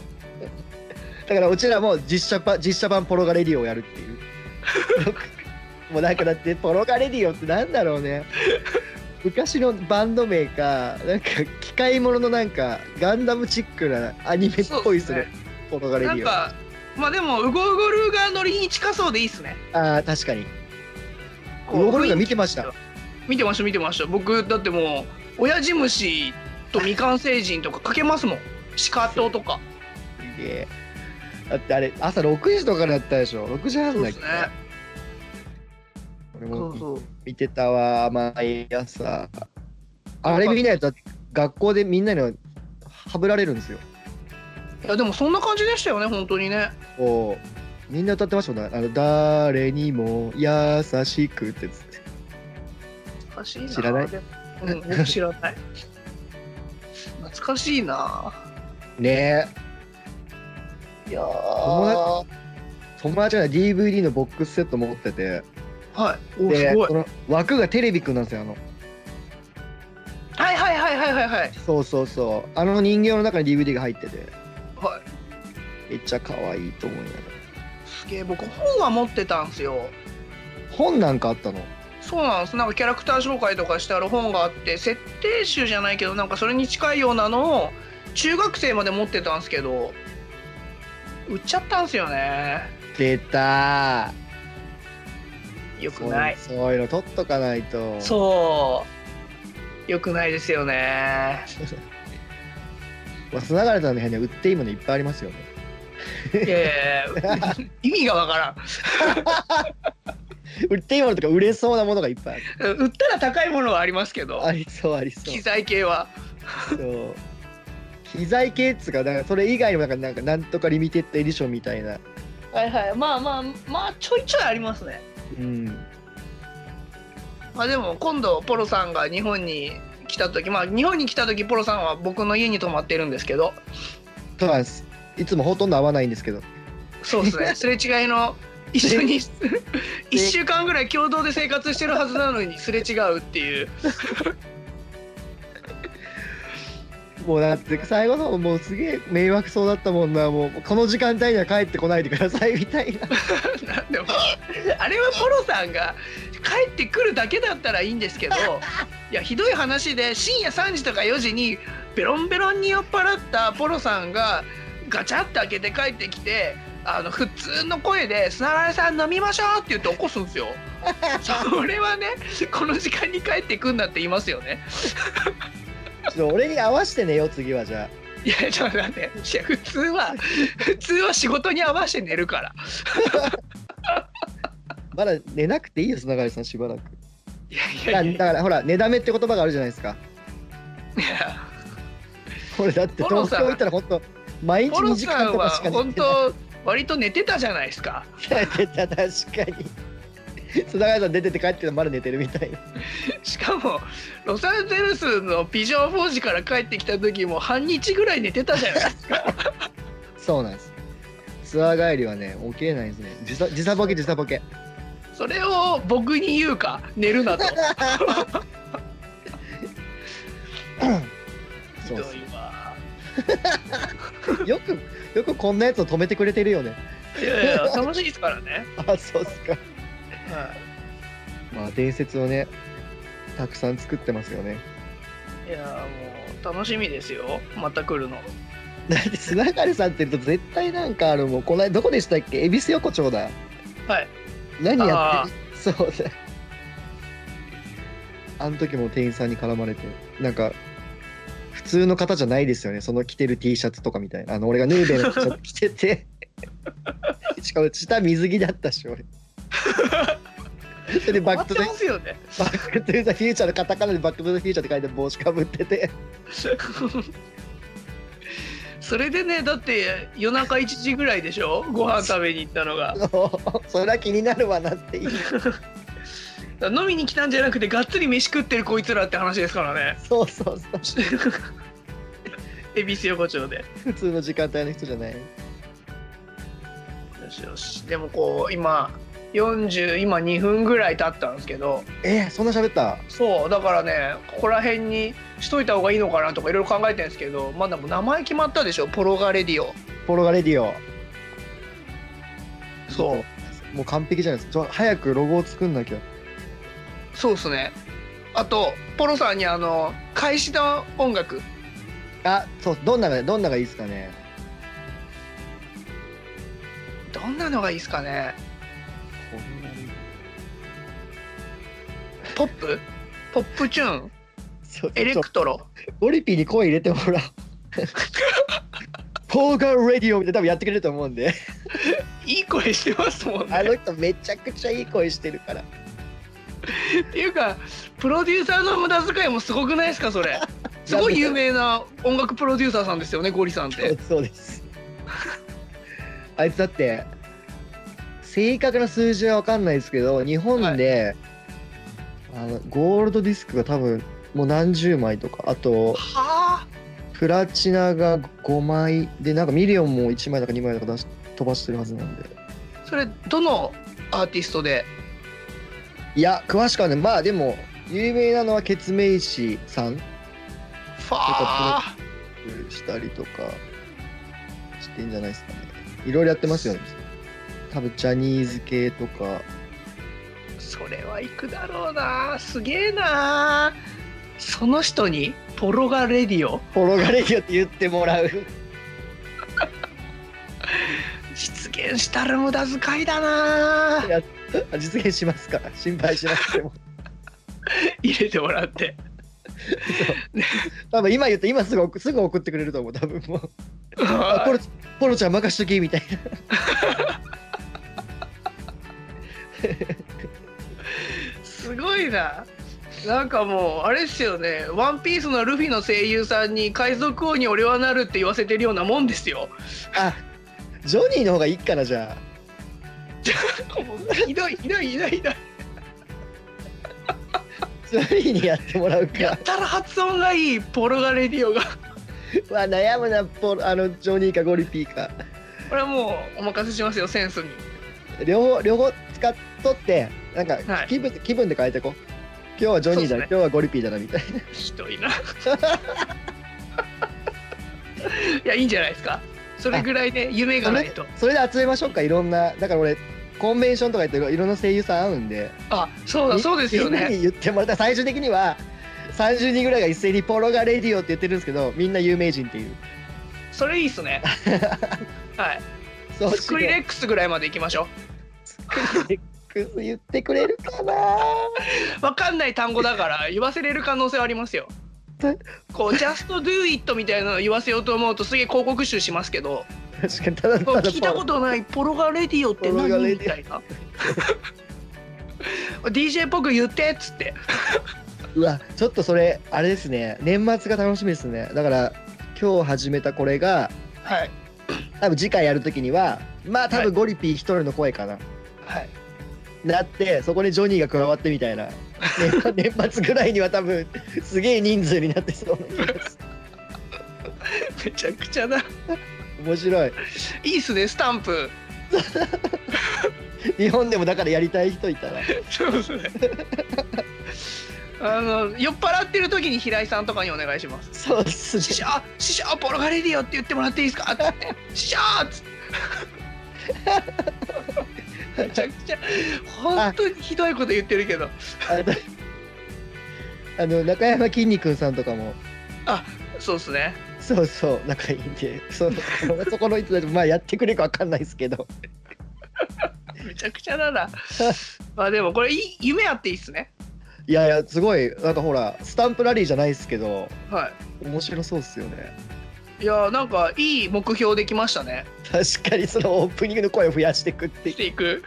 だからうちらも実写版実写版ポロガレディオをやるって
<laughs>
いうもうなんかだってポロガレディオってなんだろうね昔のバンド名かなんか機械物のなんかガンダムチックなアニメっぽいですね
そうっ
ポロガレデ
な
ィ
ん
オあ
かまあでもウゴウゴルーがノリに近そうでいいですね
あー確かに
こう
ウゴルーが見てました
見てました見てました僕だってもう親父虫と未完成人とかかけますもん鹿ととか
すげえだってあれ朝6時とかだったでしょ6時半だっけ
そうっ
俺
そ
も
うそう
見てたわ毎朝あれ見ないと学校でみんなにはぶられるんですよ
いやでもそんな感じでしたよね本当にね
こうみんな歌ってましたもんねあの「誰にも優しく」ってやつ
懐かしいな
知らない
でもうん僕知らない懐かしいな
ねえ
いやー
友友達が DVD のボックスセット持ってて
はいお
です
ごい
その枠がテレビくんなんですよあの
はいはいはいはいはいはい
そうそうそうあの人形の中に DVD が入ってて
はい
めっちゃ可愛いと思いながら
すげえ僕本は持ってたんすよ
本なんかあったの
そうなんですなんかキャラクター紹介とかしてある本があって設定集じゃないけどなんかそれに近いようなのを中学生まで持ってたんすけど売っちゃったんすよね
出た
よ
ー
くない
そうそういうの取っとかないと
そうよくないですよね
<laughs> まあ砂原さんの部屋には売っていいものいっぱいありますよね <laughs>
<laughs> いやいやいや意味がわからん
売っていいものとか売れそうなものがいっぱい
売ったら高いものはありますけ
あ
ど
るありそうありそう
機材系は
そう機材系っつうかなんかそれ以外にもなんかなんかなんとかリミテッドエディションみたいな
はいはいまあまあまあちょいちょいありますね
うん
まあでも今度ポロさんが日本に来た時まあ日本に来た時ポロさんは僕の家に泊まってるんですけど
そうなんですいつもほとんど合わないんですけど
そうですねすれ違いの一緒に一週間ぐらい共同で生活してるはずなのにすれ違うっていう
もうだって最後の方もうすげえ迷惑そうだったもんなもうこの時間帯には帰ってこないでくださいみたいな <laughs>
なんでもあれはポロさんが帰ってくるだけだったらいいんですけどいやひどい話で深夜3時とか4時にベロンベロンに酔っ払ったポロさんがガチャッて開けて帰ってきてあの普通の声で「砂原さん飲みましょう」って言って起こすんですよ。それはねこの時間に帰ってくんなって言いますよね。
ちょっと俺に合わせて寝よう次はじゃ
いやちょっと待っていや普通は普通は仕事に合わせて寝るから。
あまだ寝なくていいよ砂川さんしばらく
いやい
だか
や
ら
いや
だからほら寝だめって言葉があるじゃないですか
いや
これだって東京行ったら本当毎日
ポ
2
ロ
時
さ
間
ん
と
は
かしか寝
本
てな
当割と寝てたじゃないですか。 <laughs>
い寝てた確かに砂川さん出てって帰ってきたらまだ寝てるみたいな
しかもロサンゼルスのピジョンフォージから帰ってきた時も半日ぐらい寝てたじ
<laughs>
ゃないですか。
そうなんですツアー帰りはね起きれないんですね時差時差ボケ時差ボケ
それを僕に言うか寝るなと。
そうっす
ひどいわ
よくよくこんなやつを止めてくれてるよね
いやいや楽しいですからね。
あそうっすかまあ伝説をねたくさん作ってますよね
いやもう楽しみですよ。また来るの。
だって砂軽さんって言うと絶対なんかあるもうこの間どこでしたっけ恵比寿横丁だ
はい
何やってるそうだあの時も店員さんに絡まれてなんか普通の方じゃないですよねその着てる T シャツとかみたいなあの俺がヌーベの T シャツ着ててしかも下水着だったし俺それでバッ
終わ
ク
っ
トゥ
て
ザ
ますよね。 <laughs>
バックトゥーザフューチャーのカタカナでバックトゥーザフューチャーって書いて帽子かぶってて <laughs>
それでねだって夜中1時ぐらいでしょご飯食べに行ったのが
そりゃ気になるわなっていう
だから飲みに来たんじゃなくてがっつり飯食ってるこいつらって話ですからね <laughs>
そうそうそう
恵比寿横丁で
普通の時間帯の人じゃない
よしよしでもこう今40今2分ぐらい経ったんですけど
えー、そんな喋った
そうだからねここら辺にしといた方がいいのかなとかいろいろ考えてるんですけどまだもう名前決まったでしょポロガレディオ
ポロガレディオ
そう
もう完璧じゃないですかちょ早くロゴを作んなきゃ
そうっすねあとポロさんにあの開始の音楽
あそうどんながどんながいいですかね
どんなのがいいですかねポップポップチューン
そう
エレ
ちょ
クトロ
オリピーに声入れても
<laughs>
らうポーガーレディオみたいな多分やってくれると思うん
<laughs>
で
いい声してますもん
あ
ね
の人めちゃくちゃいい声してるから
っていうかプロデューサーの無駄遣いもすごくないですかそ <laughs> れすごい有名な音楽プロデューサーさんですよねゴリさんっ
そう
て
そうですあいつだって正確な数字は分かんないですけど日本で、あのゴールドディスクが多分もう何十枚とかあと
はあ
プラチナが5枚でなんかミリオンも1枚とか2枚とか出し飛ばしてるはずなんで
それどのアーティストで
いや詳しくはねまあでも有名なのはケツメイシさん
ファあ
したりとかしてんじゃないですかねいろいろやってますよね多分ジャニーズ系とか
それは行くだろうなすげえなその人にポロガレディオ
転がれよって言ってもらう
実現したる無駄遣いだな
実現しますから心配しなくて <laughs> も
<laughs> 入れてもら <laughs> って
多分今言って今すぐ送すぐ送ってくれると思う多分もうあポ
は
ロポロちゃん任しときみたいな
ごいな。なんかもうあれですよね「ワンピースのルフィの声優さんに「海賊王に俺はなる」って言わせてるようなもんです <laughs> よ。
あジョニーの方がいいかなじゃあ
もうひどいひどいひどいひどい。
ジョニーにやってもらう
や
か
ったら発音がいいポルガレディオが。
<laughs> うわ悩むなポあのジョニーかゴリピーか
これはもうお任せしますよセンスに。
両方両方使っとってなんか
はい
気分,、気分で変えてこう今日はジョニーだな、
そうっすね
今日はゴリピーだなみたいな
ひど <laughs> いな。いやいいんじゃないですか。それぐらいね夢がないと。
<laughs> それで集めましょうかいろんなだから俺コンベンションとか言っていろんな声優さん会うんで
あそうだ
み
そうですよ
みんな
ね。
に言ってもらった最終的には30人ぐらいが一斉に「ポロがレディオ」って言ってるんですけどみんな有名人っていう
それいいっす <laughs> ね。はい。
そう
スクリレックスぐらいまで行きましょ
クス言ってくれるかな
う。わかんない単語だから言わせれる可能性はありますよ
だ。
こう「just do it」みたいなの言わせようと思うとすげえ広告集しますけ
<laughs>
ど
確かにただただ
聞いたことない「ポロガレディオって
ポロガ
何?」
レ
み
ディ
たいな「DJ <laughs> っぽく言って」っつって
うわちょっとそれあれですね年末が楽しみですねだから今日始めたこれが
はい
多分次回やるときにはまあ多
はい
分ゴリピー一人の声かな、
はい
なってそこにジョニーが加わってみたいな、ね <laughs> 年末ぐらいには多分すげえ人数になってそうな気がする
めちゃくちゃな
面白い
いいっすねスタンプ
日本でもだからやりたい人いたら
そうですねあの酔っ払ってる時に平井さんとかにお願いします
そうっす
「師
ね
匠師匠ポロガレディオ」って言ってもらっていいですか?」って「師匠!」っつってめちゃくちゃ本当にひどいこと言ってるけど
あのあの <laughs> 中山きんに君さんとかも
そうっすね
そうそう仲いいんでそうそこの人たちもまあやってくれるか分かんないですけど
めちゃくちゃだなまあでもこれいい夢あっていいっすね
いやいやすごいなんかほらスタンプラリーじゃないですけど
は
面白そうっすよね
いいやーなんかいい目標できましたね
確かにそのオープニングの声を増やしてくっていう
生きていく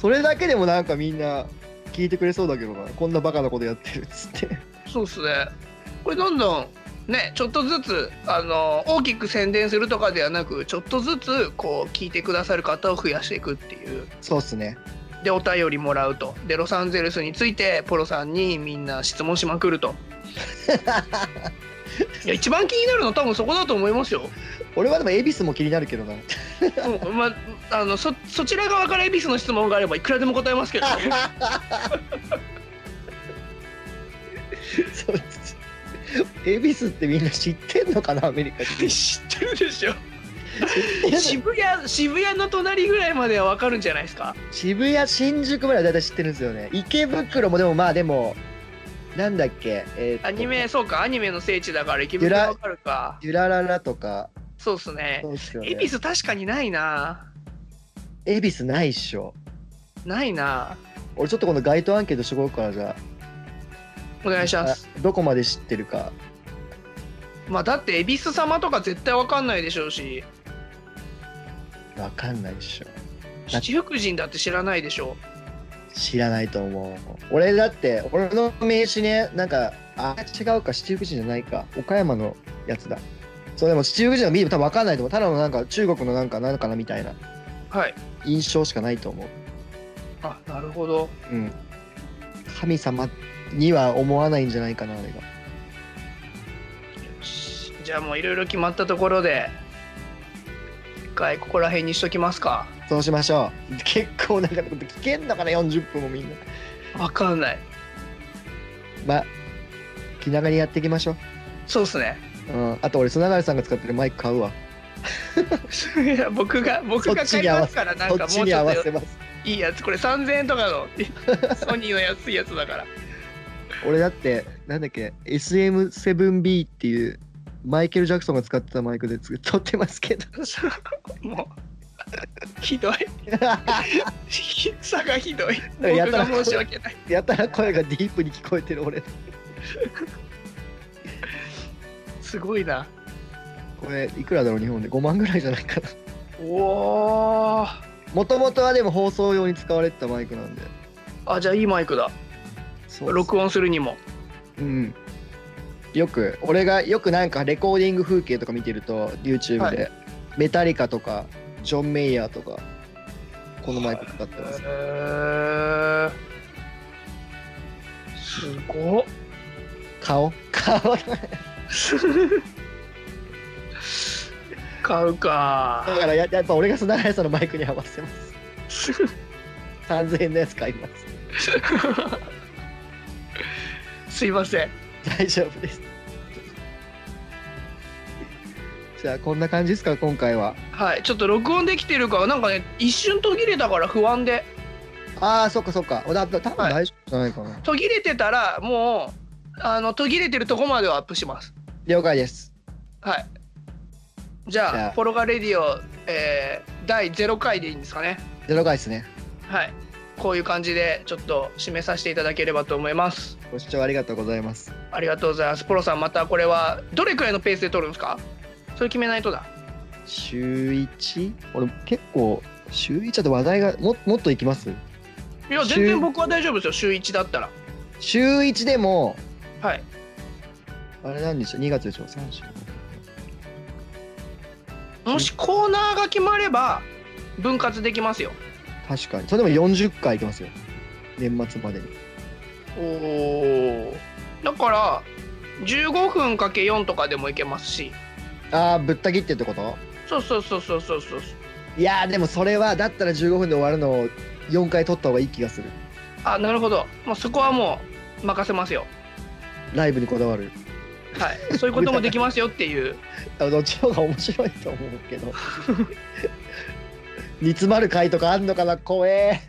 それだけでもなんかみんな聞いてくれそうだけどなこんなバカなことやってるっつって <laughs>
そうっすねこれどんどんねちょっとずつあのー大きく宣伝するとかではなくちょっとずつこう聞いてくださる方を増やしていくっていう
そうっすね
でお便りもらうとでロサンゼルスについてポロさんにみんな質問しまくるといや一番気になるの多分そこだと思いますよ
俺はでも恵比寿も気になるけどな
うんまあのそそちら側から恵比寿の質問があればいくらでも答えますけどね
<laughs> そう恵比寿ってみんな知ってんのかなアメリカ人
<laughs> 知ってるでしょ渋谷渋谷の隣ぐらいまではわかるんじゃないですか
渋谷新宿までは大体知ってるんですよね池袋もでもまあでもなんだっけえーっと
アニメそうかアニメの聖地だから駅弁わかるか
デュラララとか
そうっすね
そうっすよね
恵比寿確かにないな
恵比寿ないっしょ
ないな
俺ちょっとこの街頭アンケートしてこようからじゃあ
お願いします
あどこまで知ってるか
まあだって恵比寿様とか絶対わかんないでしょうし
わかんないっしょ
七福神だって知らないでしょ
知らないと思う俺だって俺の名刺ねなんかあ違うか七福神じゃないか岡山のやつだそうでも七福神の見ても多分分かんないと思うただのなんか中国のなんかなんかなみたいな
はい
印象しかないと思う
あなるほど
うん神様には思わないんじゃないかなあれが
しじゃあもういろいろ決まったところで一回ここら辺にしときますか
そうしましょう結構なんか聞けんのかな40分もみんな
わかんない
まあ気長にやっていきましょ
そうっすね <laughs>
う、うん、あと俺砂川さんが使ってるマイク買うわ
いや僕が僕が
そっち
買い
に合わ
ま
せ
すからなん
こ
か
っ
も
ち
う
に
ちょ
合
っ
わ
と
せます
いいやつこれ3000円とかの <laughs> ソニーの安いやつだから <laughs>
俺だってなんだっけ SM7B っていうマイケル・ジャクソンが使ってたマイクでつ <laughs> 撮ってますけど
もうひどい差がひどい僕
やたら
が申し訳ない
やたら声がディープに聞こえてる俺
すごいな
これいくらだろう日本で5万ぐらいじゃないかな
おおあ
もともとはでも放送用に使われてたマイクなんで
あじゃあいいマイクだ
そう
録音するにも
うんよく俺がよくなんかレコーディング風景とか見てると YouTube で、メタリカとかジョン・メイヤーとかこのマイク使ってます、
へーすごっ
顔 <laughs> 顔だ
買うか <laughs>
からややっぱ俺が砂原さんのマイクに合わせます3000円のやつ買います
すいません
大丈夫ですじゃあこんな感じですか今回は
はいちょっと録音できてるかなんかね一瞬途切れたから不安で
ああそっかそっかおだ多分大丈夫じゃないかな、
途切れてたらもうあの途切れてるとこまではアップします
了解です
はいじゃあ
じゃあ
ポロガレディオ、えー第0回でいいんですかね
了解ですね
はいこういう感じでちょっと締めさせていただければと思います
ご視聴ありがとうございます
ありがとうございますポロさんまたこれはどれくらいのペースで撮るんですかそれ決めないとだ
週 1? 俺結構週1だと話題がももっといきます
いや
週
全然僕は大丈夫ですよ週1だったら
週1でも
はい
あれなんでしょう2月でしょ3週
もしコーナーが決まれば分割できますよ
確かにそれでも40回いきますよ年末までに
おおだから15分かけ4とかでもいけますし
ああぶった切ってってこと
そうそうそうそうそうそう
いやーでもそれはだったら15分で終わるのを4回撮った方がいい気がする
あなるほどもうそこはもう任せますよ
ライブにこだわる
はいそういうこともできますよっていう
あどっちの方が面白いと思うけど <laughs> 煮詰まる回とかあんのかな怖え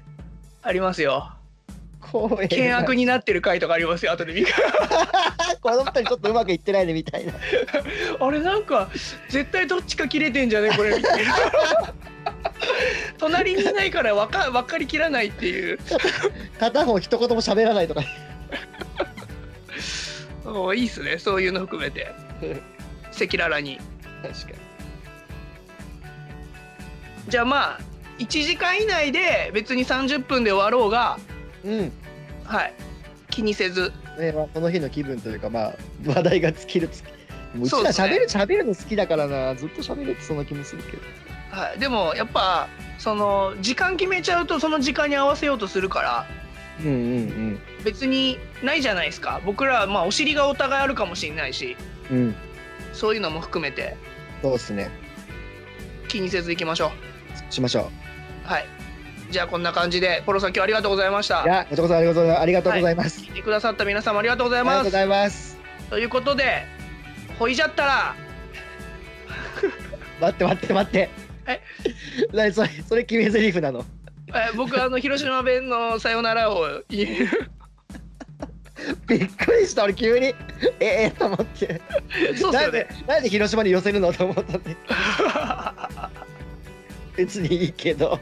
ありますよ
怖え
険悪になってる回とかありますよ後で見返
<laughs> この二人ちょっとうまくいってないねみたいな
あれなんか絶対どっちか切れてんじゃねこれみたいな隣にいないからわか分かりきらないっていう
片方一言も喋らないとか
おいいっすねそういうの含めて赤裸々に
確かに
じゃあまあ1時間以内で別に30分で終わろうが
うん、
はい気にせず
ねまあ、その日の気分というかまあ話題が尽きる尽きもううち
そう
ら
ですね
喋る喋るの好きだからなずっと喋れてそんな気もするけど
はい、でもやっぱその時間決めちゃうとその時間に合わせようとするから
うんうん
別にないじゃないですか僕らはまあお尻がお互いあるかもしれないし
うんうん
そういうのも含めて
そうっすね
気にせずいきましょ
しましょう
うはいじゃあこんな感じでポロさん今日はありがとうございまし
い
た
やこちらこそありがとうございますありがとうございます、
聞いてくださった皆様ありがとうござい
ありがとう
ま
ご
す
ざいます
ということでほいじゃったら
待って待って待って
え
何それそれ決め台詞なの
え僕あの広島弁の「さよな
<laughs>
ら」を言える
びっくりした俺急にええと思って
そうです
な
よ
ん
ね
でなんで広島に寄せるのと思ったんで別にいいけど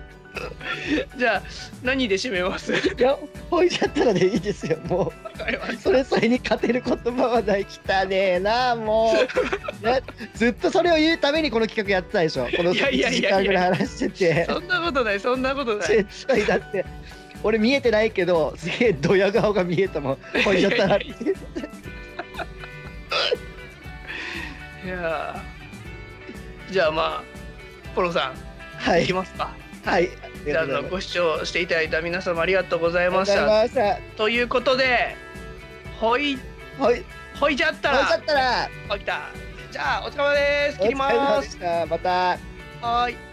<laughs> じゃあ何で締めます <laughs> わ
いや置いちゃったらでいいですよも
かりま
う
し
それそれに勝てる言葉はない汚ねえなもうなずっとそれを言うためにこの企画やってたでしょこの
いやいや
1
い
時
や
間
いや
ぐらい話してて
たそんなことないそんなことない
絶対だって俺見えてないけどすげえドヤ顔が見えたもん置いちゃったらって
いいやーじゃあまあポロさ
は
んい
い
きますか
はい
じゃああのご視聴していただいた皆様ありがとうござい
ありがとうご
ま
ざ
し
い
た
ました
ということでほい
ほい置いち
ほいじゃったら
ゃったら
あ来たじゃあお疲れ様です切りま
お疲れ様
ー
ですしたまた
はーい